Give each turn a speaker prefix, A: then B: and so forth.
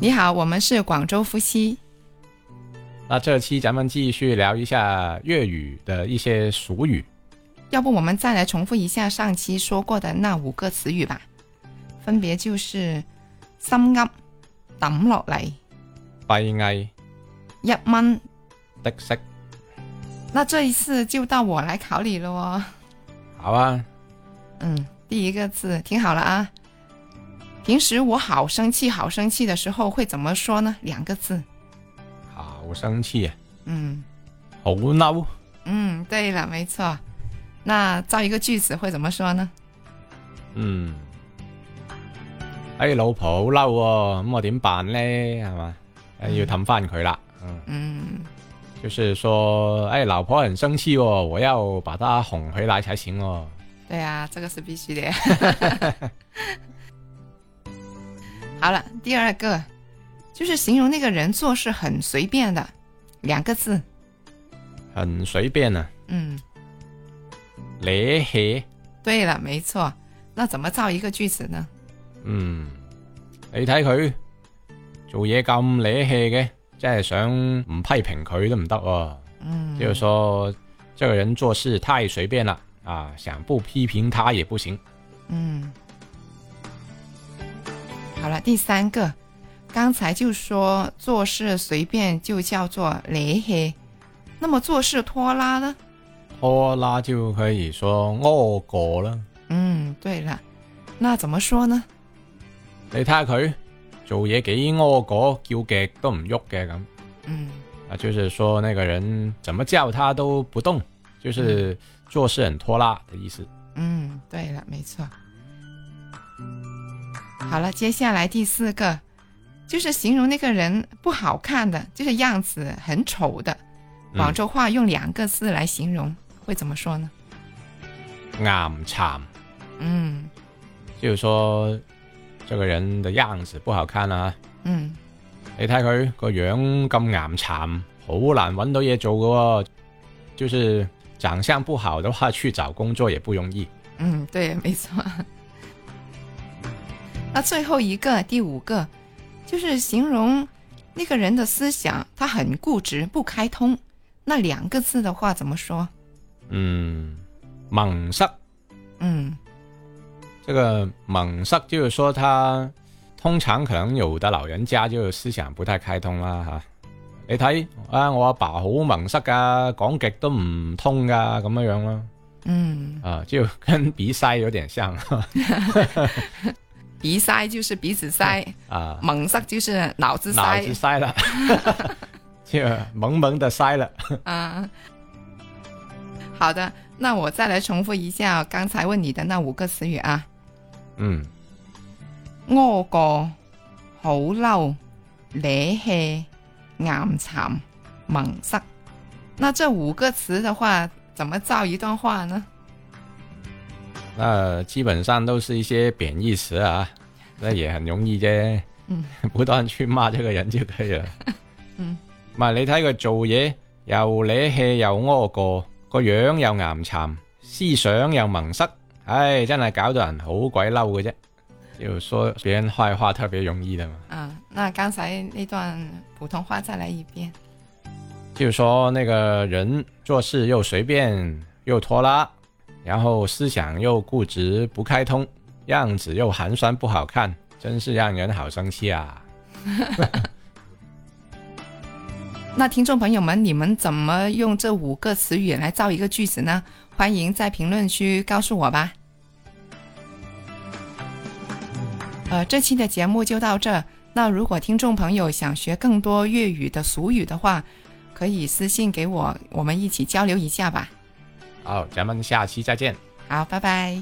A: 你好，我们是广州夫妻。
B: 那这期咱们继续聊一下粤语的一些俗语。
A: 要不我们再来重复一下上期说过的那五个词语吧，分别就是心噏、抌落嚟、
B: 閉翳、
A: 一蚊。
B: 的色，
A: 那这一次就到我来考你了哦。
B: 好啊，
A: 嗯，第一个字听好了啊。平时我好生气、好生气的时候会怎么说呢？两个字。
B: 好生气啊，
A: 嗯
B: 好嬲，
A: 嗯，对了，没错。那造一个句子会怎么说呢？
B: 嗯，哎老婆好嬲喎，咁我點辦呢？係嘛，誒要氹翻佢啦，嗯，
A: 嗯，
B: 就是說，哎老婆很生氣喎，我要把她哄回來才行哦。
A: 对啊，这个是必须的。好了，第二个就是形容那个人做事很随便的，两个字。
B: 很隨便啊，
A: 嗯，
B: 你氣，
A: 对了，没错。那怎么造一个句子呢？
B: 嗯，你睇佢做嘢咁你氣嘅，真係想唔批評佢都唔得喎。
A: 嗯，
B: 就是说这个人做事太随便了啊，想不批评他也不行。
A: 嗯，好了，第三个，刚才就说做事随便就叫做雷黑，那么做事拖拉呢？
B: 拖拉就可以说屙过啦。
A: 嗯，对了，那怎么说呢？
B: 你睇下佢做嘢几屙过，叫极都唔喐嘅咁
A: 嗯
B: 啊，就是说那个人怎么叫他都不动，就是做事很拖拉的意思。
A: 嗯，对了，没错。好了，接下来第四个，就是形容那个人不好看的，就是样子很丑的，
B: 嗯
A: 广州话用两个字来形容，会怎么说呢？
B: 眼馋，
A: 嗯
B: 就是说这个人的样子不好看啊。
A: 嗯。
B: 你睇佢個樣咁岩殘，好難揾到嘢做嘅喎。就是長相不好的話，去找工作也不容易。
A: 嗯，对，没错。那最后一个，第五个，就是形容那个人的思想，他很固执，不开通。那两个字的话怎么说？
B: 嗯，猛塞，
A: 嗯
B: 这個猛塞就是說他通常可能有的老人家就思想不太開通啦吓。你睇啊，我阿爸好猛塞噶，講極都唔通啊噶咁樣樣咯。
A: 嗯，
B: 啊，就跟鼻塞有點像
A: 鼻塞就是鼻子塞，
B: 啊，
A: 猛塞就是脑子
B: 腦
A: 塞
B: 子 塞了，就萌萌的塞了。
A: 啊。好的，那我再来重复一下哦刚才问你的那五个词语啊：
B: 嗯。
A: 屙过、好嬲、惹气、岩残、蒙塞。那这五个词的话，怎么造一段话呢？
B: 那基本上都是一些贬义词 啊，那也很容易啫。
A: 嗯，
B: 不断去骂这个人就可以了。
A: 嗯，
B: 唔係你睇佢做嘢又舐氣又屙過，個樣又岩殘，思想又蒙塞，唉，真係搞到人好鬼嬲嘅啫。就說別人壞話特別容易的嘛。
A: 啊，那刚才那段普通话再来一遍。
B: 就说那个人做事又随便又拖拉，然后思想又固执不开通，样子又寒酸不好看，真是让人好生气啊！
A: 那听众朋友们，你们怎么用这五个词语来造一个句子呢？欢迎在评论区告诉我吧。呃，这期的节目就到这。那如果听众朋友想学更多粤语的俗语的话，可以私信给我，我们一起交流一下吧。
B: 好，咱们下期再见。
A: 好，拜拜。